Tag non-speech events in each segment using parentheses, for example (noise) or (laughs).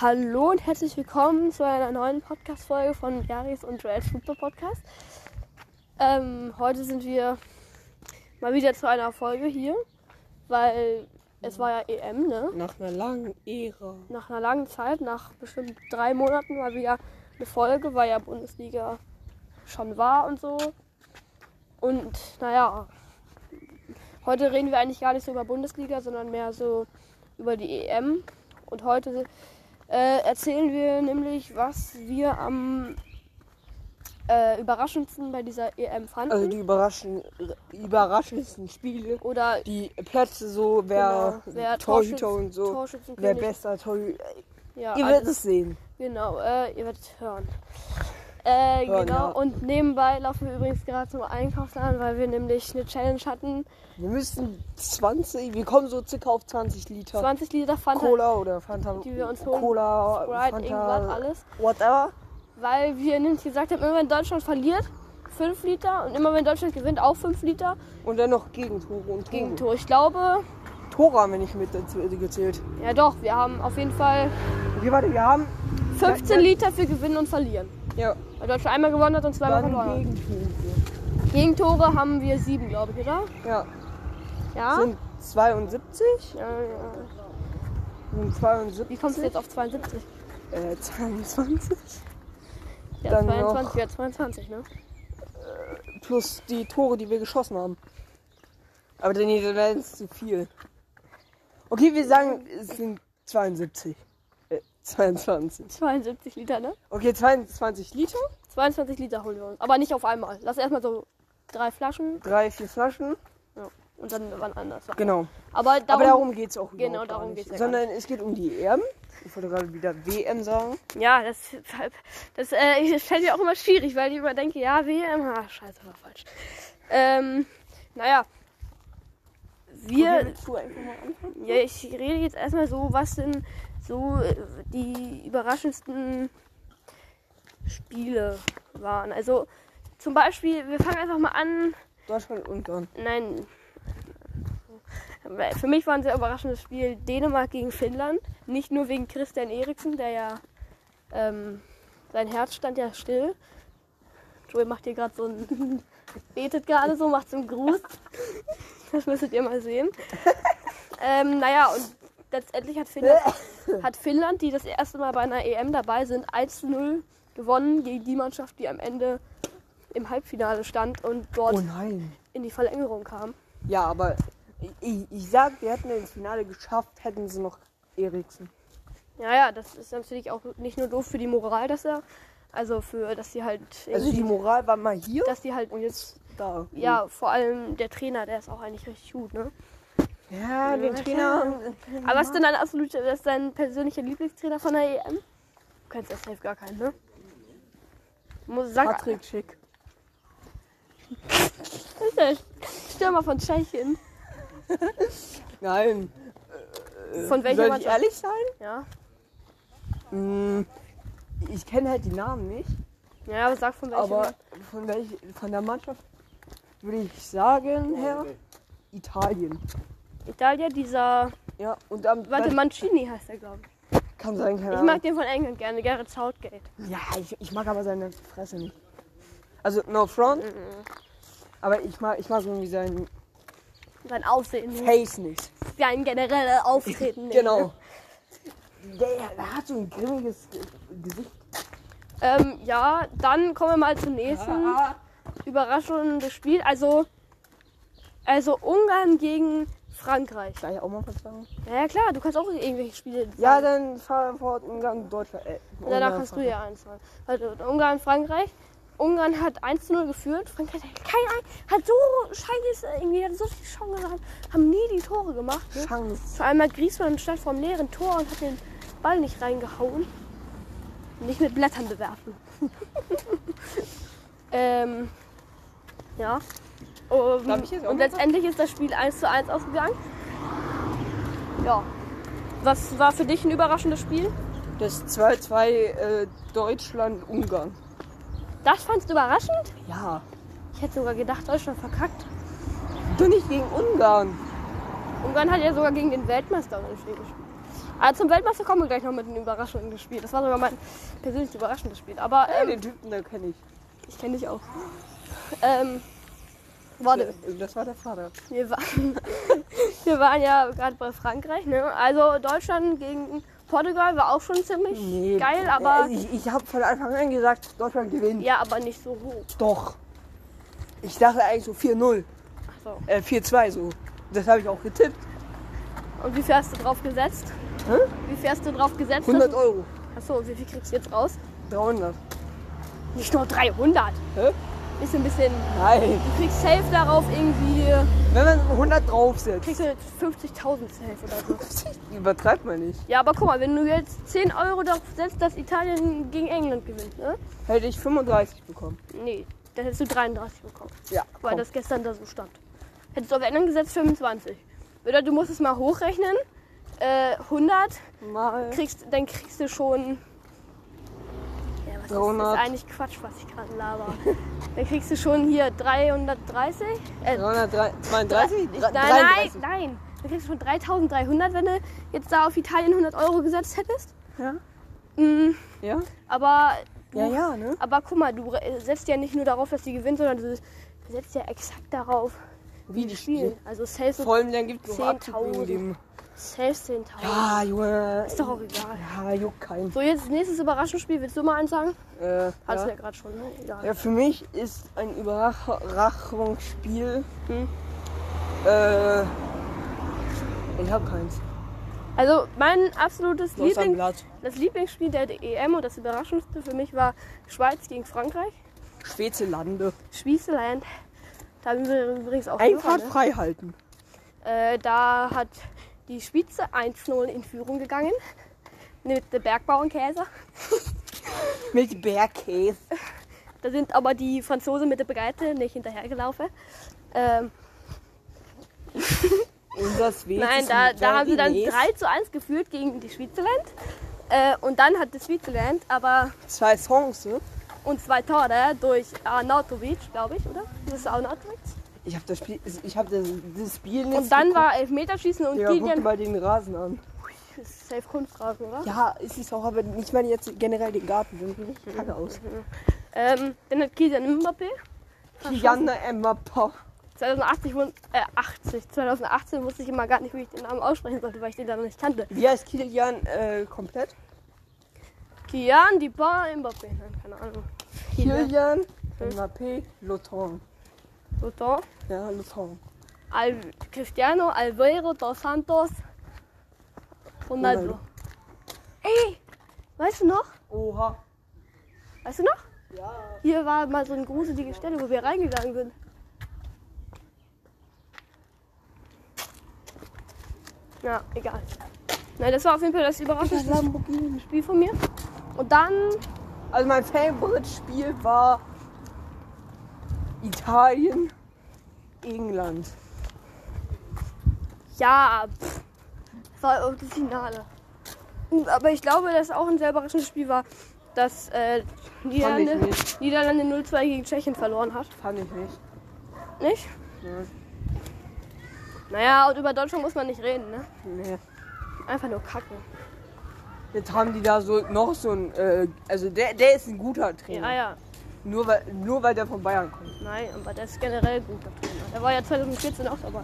Hallo und herzlich willkommen zu einer neuen Podcast-Folge von Jaris und Joel's Football Podcast. Ähm, heute sind wir mal wieder zu einer Folge hier, weil es war ja EM, ne? Nach einer langen Ära. Nach einer langen Zeit, nach bestimmt drei Monaten mal wieder eine Folge, weil ja Bundesliga schon war und so. Und naja, heute reden wir eigentlich gar nicht so über Bundesliga, sondern mehr so über die EM. Und heute äh, erzählen wir nämlich, was wir am äh, überraschendsten bei dieser EM fanden. Also die überraschen, überraschendsten Spiele. Oder Die Plätze so, wer, Genau, wer Torhüter Torschützen- und so. Wer Torschützenkönig- bester Torhüter. ja, also Ihr werdet alles. es sehen. Genau, äh, ihr werdet hören. Äh, Hören, genau, ja. und nebenbei laufen wir übrigens gerade zum Einkaufsladen, weil wir nämlich eine Challenge hatten. Wir müssen 20, wir kommen so circa auf 20 Liter 20 Liter Fanta, Cola oder Fanta. die wir uns holen. Cola, Sprite, irgendwas, Fanta, alles. whatever. Weil wir nämlich gesagt haben, immer wenn Deutschland verliert, 5 Liter und immer wenn Deutschland gewinnt, auch 5 Liter Und dann noch Gegentore und Tore. Gegentor. Ich glaube, Tore haben wir nicht mit dazu gezählt. ja doch, wir haben auf jeden Fall Okay, warte, wir haben 15 Liter für Gewinnen und Verlieren. ja, Weil Deutschland einmal gewonnen hat und zweimal waren verloren. Gegentore. hat. Gegentore haben wir 7, glaube ich, oder? Ja, Ja. sind 72? ja, ja. Sind 72? Wie kommst du jetzt auf 72? Äh, 22. Ja, Dann 22, noch- ja, 22, ne? Plus die Tore, die wir geschossen haben. Aber dann nee, dann wären es zu viel. Okay, wir sagen, es sind 72. Äh, 22. 72 Liter, ne? Okay, 22 Liter, 22 Liter holen wir uns. Aber nicht auf einmal. Lass erstmal so drei Flaschen drei, vier Flaschen. ja. und dann wann anders. Genau. Aber darum, Aber darum geht es auch Genau, überhaupt gar darum nicht. geht's ja gar Sondern es geht um die EM. Ich wollte gerade wieder WM sagen. Ja, das, das äh, (laughs) fällt mir auch immer schwierig, weil ich immer denke, ja, WM, ah, scheiße, war falsch. Ähm, naja. Wir, ja, ich rede jetzt erstmal so, was sind so äh, die überraschendsten Spiele waren. Also zum Beispiel, wir fangen einfach mal an. Deutschland, Ungarn. Nein. Für mich war ein sehr überraschendes Spiel Dänemark gegen Finnland. Nicht nur wegen Christian Eriksen, der ja. Ähm, sein Herz stand ja still. Joey macht hier gerade so ein. (laughs) betet gerade so, macht so einen Gruß. Das müsstet ihr mal sehen. Ähm, naja, und letztendlich hat Finnland, hat Finnland, die das erste Mal bei einer EM dabei sind, 1 zu 0 gewonnen gegen die Mannschaft, die am Ende im Halbfinale stand und dort Oh nein. in die Verlängerung kam. Ja, aber ich, ich sag, wir hätten ins Finale geschafft, hätten sie noch Eriksen. Ja, ja, das ist natürlich auch nicht nur doof für die Moral, dass er, also für, dass sie halt, Also die irgendwie- Moral war mal hier dass die halt und jetzt da. Ja, vor allem der Trainer, der ist auch eigentlich richtig gut, ne? Ja, den Trainer. Aber was ist denn dein absoluter, was ist dein persönlicher Lieblingstrainer von der EM? Du kennst ja safe gar keinen, ne? Muss, sag, (laughs) Patrick Schick. Was ist der Stürmer von Tschechien. Nein. Von welcher Äh, Soll ich Mannschaft? ehrlich sein? Ja. Mm, Ich kenne halt die Namen nicht, Ja, aber sag von welchem. aber von, welch, von der Mannschaft würde ich sagen, Herr, Italien. Italia, dieser. Ja, und am Warte, dann- Mancini heißt er, glaube ich. kann sein, keine Ich Ahnung. mag den von England gerne, Gareth Southgate. ja, ich, ich mag aber seine Fresse nicht. Also, no front, aber ich mag, ich mag irgendwie sein Sein Aussehen, nicht. Face nicht. sein generelles Auftreten. nicht, ne? Genau. Der, der hat so ein grimmiges Ge- Gesicht. Ähm, ja, dann kommen wir mal zum nächsten Ah, überraschendes Spiel. Also, also Ungarn gegen Frankreich. Kann ich auch mal was sagen? Ja, ja klar, du kannst auch irgendwelche Spiele. Ja, sagen. dann fahr fort Ungarn, Deutschland. Äh, Und danach Ungarn, kannst du Frankreich. ja eins machen. Also, Ungarn, Frankreich. Ungarn hat 1 zu 0 geführt. Frankreich hat, kein, ein- hat so scheiße, irgendwie hat so viele Chancen gehabt, haben nie die Tore gemacht. Ne? Chance. Vor allem hat Griezmann stand vor dem leeren Tor und hat den Ball nicht reingehauen. Nicht mit Blättern bewerfen. (laughs) ähm, ja. Um, Darf ich jetzt auch und mal was? letztendlich ist das Spiel 1 zu 1 ausgegangen. Ja. Was war für dich ein überraschendes Spiel? Das 2-2 äh, Deutschland-Ungarn. Das fandst du überraschend? Ja. Ich hätte sogar gedacht, Deutschland verkackt. Du nicht gegen Ungarn. Ungarn hat ja sogar gegen den Weltmeister unentschieden gespielt. Aber zum Weltmeister kommen wir gleich noch mit einem überraschenden Spiel. Das war sogar mein persönlich überraschendes Spiel. Aber Ja, ähm, Äh, den Typen, da kenne ich. ich kenne dich auch. Ähm, warte. Äh, Das war der Vater. Wir waren, (laughs) wir waren ja gerade bei Frankreich, ne? Also Deutschland gegen Portugal war auch schon ziemlich geil, aber Äh, Ich, ich habe von Anfang an gesagt, Deutschland gewinnt. ja, aber nicht so hoch. Doch. Ich dachte eigentlich so 4-0. Ach so. Äh, 4-2 so. Das habe ich auch getippt. Und wie viel hast du drauf gesetzt? Hä? Wie viel hast du drauf gesetzt? 100 Euro. Achso, und wie viel kriegst du jetzt raus? 300. Nicht nur 300. Hä? Ist ein bisschen. Nein. Du kriegst safe darauf irgendwie. Wenn man 100 draufsetzt, Kriegst du jetzt 50.000 safe oder so. (laughs) übertreibt man nicht. Ja, aber guck mal, wenn du jetzt 10 Euro darauf setzt, dass Italien gegen England gewinnt, ne? Hätte ich 35 bekommen. Nee, dann hättest du 33 bekommen. Ja, weil komm. das gestern da so stand. Hättest du auf Ändern gesetzt 25. Oder du musst es mal hochrechnen. Äh, 100 mal. kriegst, dann kriegst du schon. Ja, was ist, das 300. ist eigentlich Quatsch, was ich gerade laber. dann kriegst du schon hier 330. Äh, 332? ich- nein, nein, nein. Dann kriegst du schon 3300, wenn du jetzt da auf Italien 100 Euro gesetzt hättest. Ja? Mm, Ja? aber Ja, ja, ne? aber guck mal, du re- setzt ja nicht nur darauf, dass sie gewinnt, sondern du setzt ja exakt darauf, Wie die spielen. Also safe so Vor allem, dann gibt es noch 10.000. Abzug wegen dem- Safe 10.000. Ja, Junge. Ist doch auch egal. Ja, juckt keinen. So, jetzt nächstes Überraschungsspiel. Willst du mal eins sagen? Äh, Hattest ja. du ja gerade schon, ne? Egal. Ja, für mich ist ein Überraschungsspiel. Hm. Äh, ich habe keins. Also, mein absolutes Los am Liebling, Blatt. das Lieblingsspiel der EM und das Überraschendste für mich war Schweiz gegen Frankreich. Schwezelande. Schwieseland. Da haben wir übrigens auch Einfahrt Hörer, frei halten. ne? äh, Da hat die Spitze 1-0 in Führung gegangen. Mit der Bergbauernkäse. Mit Bergkäse. Da sind aber die Franzosen mit der Breite nicht hinterhergelaufen. Ähm, Unser Schweze Nein, ist da, ein da haben sie dann Jardines. 3 zu 1 geführt gegen die Switzerland. Äh, und dann hat die Switzerland aber Zwei Songs, ne? und zwei Tore durch Arnautovic, glaube ich, oder? Das ist Arnautovic. Ich habe das Spiel, ich habe das, das Spiel nicht Und dann war Elfmeterschießen und Ja, guck Kilian. mal den Rasen an. Das ist safe Kunstrasen, oder? Ja, ist es auch, aber ich meine jetzt generell den Garten. Der sieht richtig kacke aus. Ähm, dann hat Kilian Mbappé. Janne Emma Pop. 2080, wun- äh, 80, 2018 wusste ich immer gar nicht, wie ich den Namen aussprechen sollte, weil ich den dann noch nicht kannte. Wie heißt Kilian äh, komplett? Kian, Dupont, Mbappé. Nein, keine Ahnung. Kilian Hm. Emma P. Lothon. Couton, Ja, Lothon. Al Cristiano, Alvaro, Dos Santos, Ronaldo. Ronaldo. Ey, weißt du noch? Oha. Weißt du noch? Ja. Hier war mal so eine gruselige Stelle, wo wir reingegangen sind. Ja, egal. Nein, das war auf jeden Fall das Das überraschendste Lamborghini. Spiel von mir. Und dann, Also mein Favorite-Spiel war Italien, England. ja, pff, das war auch das Finale. Und- Aber ich glaube, dass auch ein sehr überraschendes Spiel war, dass äh, Fand ich Niederlande, nicht. Niederlande 0-2 gegen Tschechien verloren hat. Fand ich nicht. Nicht? Nein. Naja, und über Deutschland muss man nicht reden, ne? Nee. Einfach nur kacke. Jetzt haben die da so noch so ein, äh, also der, der ist ein guter Trainer. Ja, ja. Nur, weil, nur weil der von Bayern kommt. Nein, aber der ist generell gut. der Trainer. Der war ja 2014 auch dabei.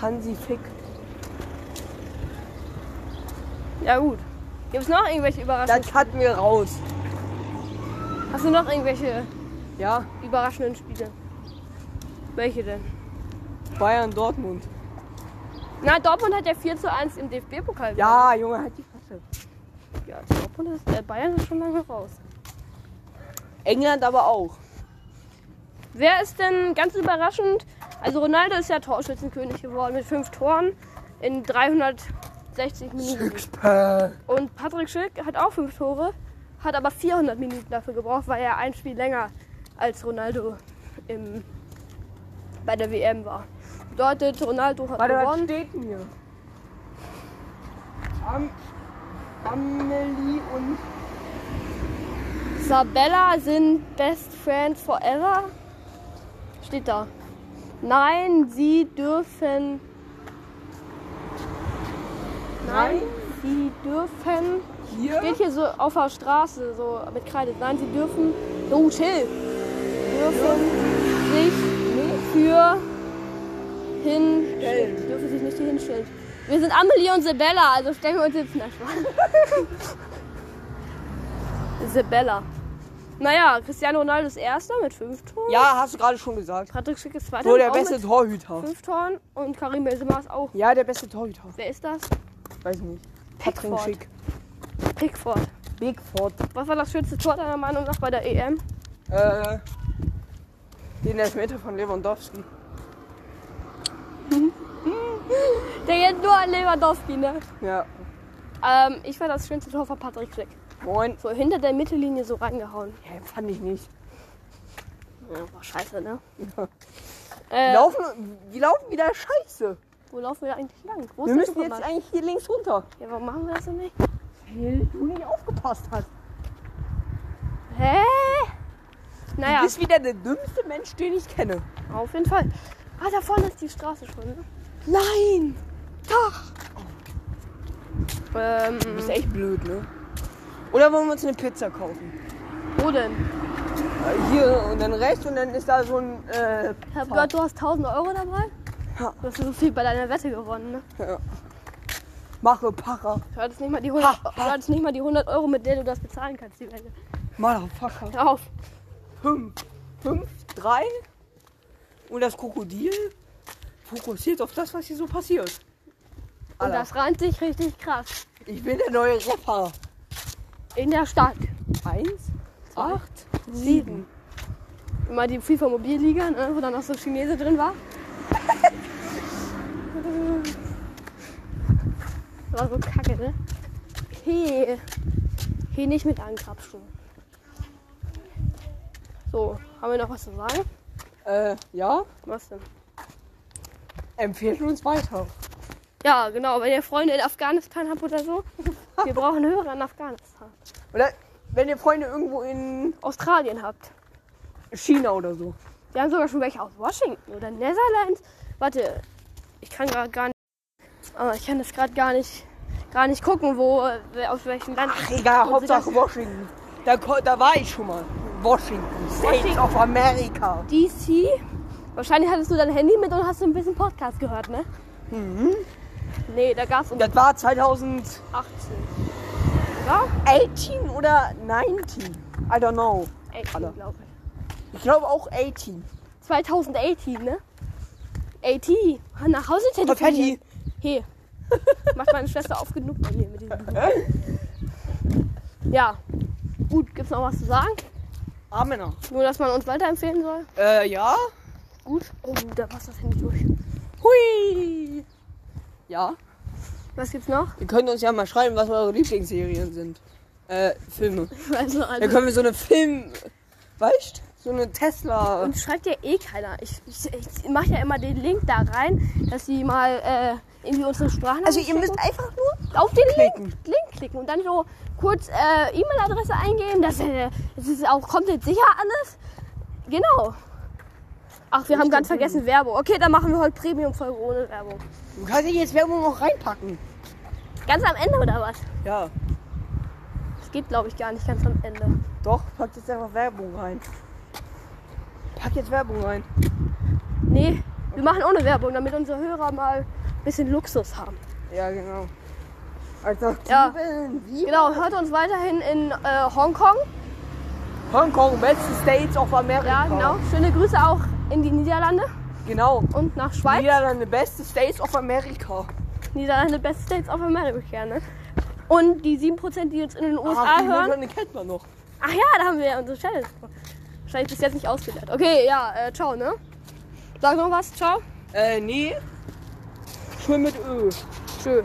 Hansi Fick. Ja, gut. Gibt es noch irgendwelche Überraschungen? Das hatten wir raus. Hast du noch irgendwelche Ja, überraschenden Spiele? Welche denn? Bayern Dortmund. Na, Dortmund hat ja 4 zu 1 im DFB-Pokal. Ja, Junge, halt die Fresse. gewonnen. ja Dortmund ist, äh, Bayern ist schon lange raus. England aber auch. Wer ist denn ganz überraschend? Also, Ronaldo ist ja Torschützenkönig geworden mit 5 Toren in 360 (laughs) Minuten. Und Patrick Schick hat auch fünf Tore, hat aber 400 Minuten dafür gebraucht, weil er ein Spiel länger als Ronaldo im, bei der WM war. Bedeutet, Ronaldo hat Warte, was gewonnen. steht denn hier? Am Amelie und Sabella sind Best Friends Forever. Steht da. Nein, sie dürfen. Nein, Sie dürfen. Hier? Steht hier so auf der Straße, so mit Kreide. Nein, sie dürfen. Oh, chill. Dürfen sich für Äh, hinstellen. Sie dürfen sich nicht hier hinstellen. Wir sind Amelie und Sebella, also stellen wir uns jetzt nicht mal. (laughs) Sebella. Naja, Cristiano Ronaldo ist Erster mit fünf Toren. Ja, hast du gerade schon gesagt. Patrick Schick ist Zweiter Wohl mit der auch beste mit Torhüter. fünf Toren. Und Karim Benzema ist auch. Ja, der beste Torhüter. Wer ist das? Weiß nicht. Pickford. Patrick Schick. Pickford. Bigford. Was war das schönste Tor deiner Meinung nach bei der E EM? Äh, den Elfmeter von Lewandowski. Der jetzt nur an Lewandowski, ne? Ja. Ähm, ich war das schönste Tor von Patrick Schick. Moin. So hinter der Mittellinie so reingehauen. Ja, fand ich nicht. Ja, war scheiße, ne? Ja. Äh, Die laufen, die laufen wieder scheiße. Wo laufen wir eigentlich lang? Wo Wir der müssen jetzt Supermarkt? eigentlich hier links runter. Ja, warum machen wir das denn nicht? Weil du nicht aufgepasst hast. Hä? Du Naja, bist wieder der dümmste Mensch, den ich kenne. auf jeden Fall. Ah, da vorne ist die Straße schon, ne? Nein! Ähm, Du bist echt blöd, ne? Oder wollen wir uns eine Pizza kaufen? wo denn? Äh, Hier und dann rechts und dann ist da so ein. Äh, Ich hab gehört, du hast 1000 Euro dabei. Ja. Du hast so viel bei deiner Wette gewonnen, ne? Mache Para. Du hattest nicht mal die 100, Ha, ha. du hattest nicht mal die 100 Euro, mit der du das bezahlen kannst, die Wette. Motherfucker. Hör auf. Fünf. Fünf, drei. Und das Krokodil fokussiert auf das, was hier so passiert. Und Alter, das reimt sich richtig krass. ich bin der neue Rapper. In der Stadt. Eins, acht, Sieben. Immer die FIFA Mobilliga, ne, wo dann auch so Chinese drin war. (laughs) war so kacke, ne? Hey. Hey, nicht mit Angrabstuhl. So, haben wir noch was zu sagen? Äh, ja. Was denn? Empfehlt uns weiter. Ja, genau, wenn ihr Freunde in Afghanistan habt oder (laughs) so. Wir brauchen Hörer in Afghanistan. Oder wenn ihr Freunde irgendwo in Australien habt. China oder so. Wir haben sogar schon welche aus Washington oder Netherlands. Warte, ich kann gerade gar nicht. Aber ich kann das gerade gar nicht, gar nicht gucken, wo, äh, wer aus welchem Land. Ach, egal, Und Hauptsache sie Washington. Da, ko- da war ich schon mal. Washington, States Washington. of America. das- DC. Wahrscheinlich hattest du dein Handy mit und hast so ein bisschen Podcast gehört, ne? Mhm. Nee, da gab es um Das war 2018 18. Ja? oder 19. I don't know. 18, Alle. glaube ich. Ich glaube auch 18. 2018, ne? 80. Nach Hause Konfetti. telefonieren. Hey. Macht meine Schwester oft genug bei mir mit diesem Ja. Gut, gibt's noch was zu sagen? Amen. Nur, dass man uns weiterempfehlen soll. Äh, ja. Gut. Oh, da passt das Handy durch. Hui. Ja. Was gibt's noch? Ihr könnt uns ja mal schreiben, was eure Lieblingsserien sind. Äh, Filme. (laughs) Also, Da also. können wir so eine Film... Weißt? So eine Tesla... Uns schreibt ja eh keiner. Ich, ich, ich mache ja immer den Link da rein, dass sie mal äh, irgendwie unsere Sprache. Also ihr müsst einfach nur... auf den klicken. Link, Link klicken und dann so kurz äh, E-Mail-Adresse eingeben. Das, äh, das ist auch komplett sicher alles. Genau. Ach, wir haben ganz vergessen Werbung. Okay, dann machen wir heute Premium-Folge ohne Werbung. Du kannst ja jetzt Werbung noch reinpacken. Ganz am Ende oder was? Ja. Das geht, glaube ich, gar nicht ganz am Ende. Doch, pack jetzt einfach Werbung rein. Pack jetzt Werbung rein. Nee, wir machen ohne Werbung, damit unsere Hörer mal ein bisschen Luxus haben. Ja, genau. Alternative Ja. Also, wie Genau, hört uns weiterhin in äh, Hongkong. Hongkong, beste States of America. Ja, genau. Schöne Grüße auch in die Niederlande Genau. und nach Schweiz. Niederlande, beste States of America. Niederlande, Best States of America, ne? Und die 7%, die uns in den USA Ach, Ah, hören. die Niederlande kennt man noch. Ach ja, da haben wir ja unsere Challenge. Wahrscheinlich bis jetzt nicht ausgelernt. Okay, ja, äh, ciao, ne? Sag noch was, ciao. Äh, nee. Schön mit Ö. Tschö.